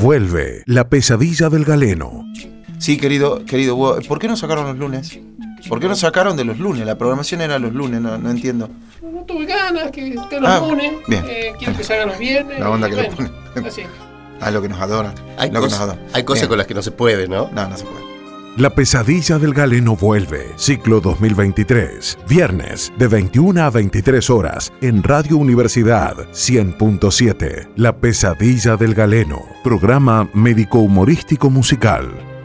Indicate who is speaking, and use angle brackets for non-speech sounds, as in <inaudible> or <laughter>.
Speaker 1: Vuelve la pesadilla del galeno.
Speaker 2: Sí, querido, querido Hugo, ¿por qué no sacaron los lunes? ¿Por qué no sacaron de los lunes? La programación era los lunes, no, no entiendo.
Speaker 3: No tuve ganas, que te los
Speaker 2: Ah,
Speaker 3: lunes.
Speaker 2: bien.
Speaker 3: eh, quiero que salgan los viernes.
Speaker 2: La onda
Speaker 3: y
Speaker 2: que le
Speaker 3: bueno,
Speaker 2: ponen. <laughs>
Speaker 3: Así.
Speaker 2: A Ah, lo que nos adoran.
Speaker 4: Hay,
Speaker 2: lo que nos
Speaker 4: cosas-
Speaker 2: adoran.
Speaker 4: hay cosas
Speaker 2: Bien.
Speaker 4: con las que no se puede, ¿no?
Speaker 2: No, no se puede.
Speaker 1: La pesadilla del galeno vuelve. Ciclo 2023. Viernes de 21 a 23 horas en Radio Universidad 100.7. La pesadilla del galeno. Programa médico humorístico musical.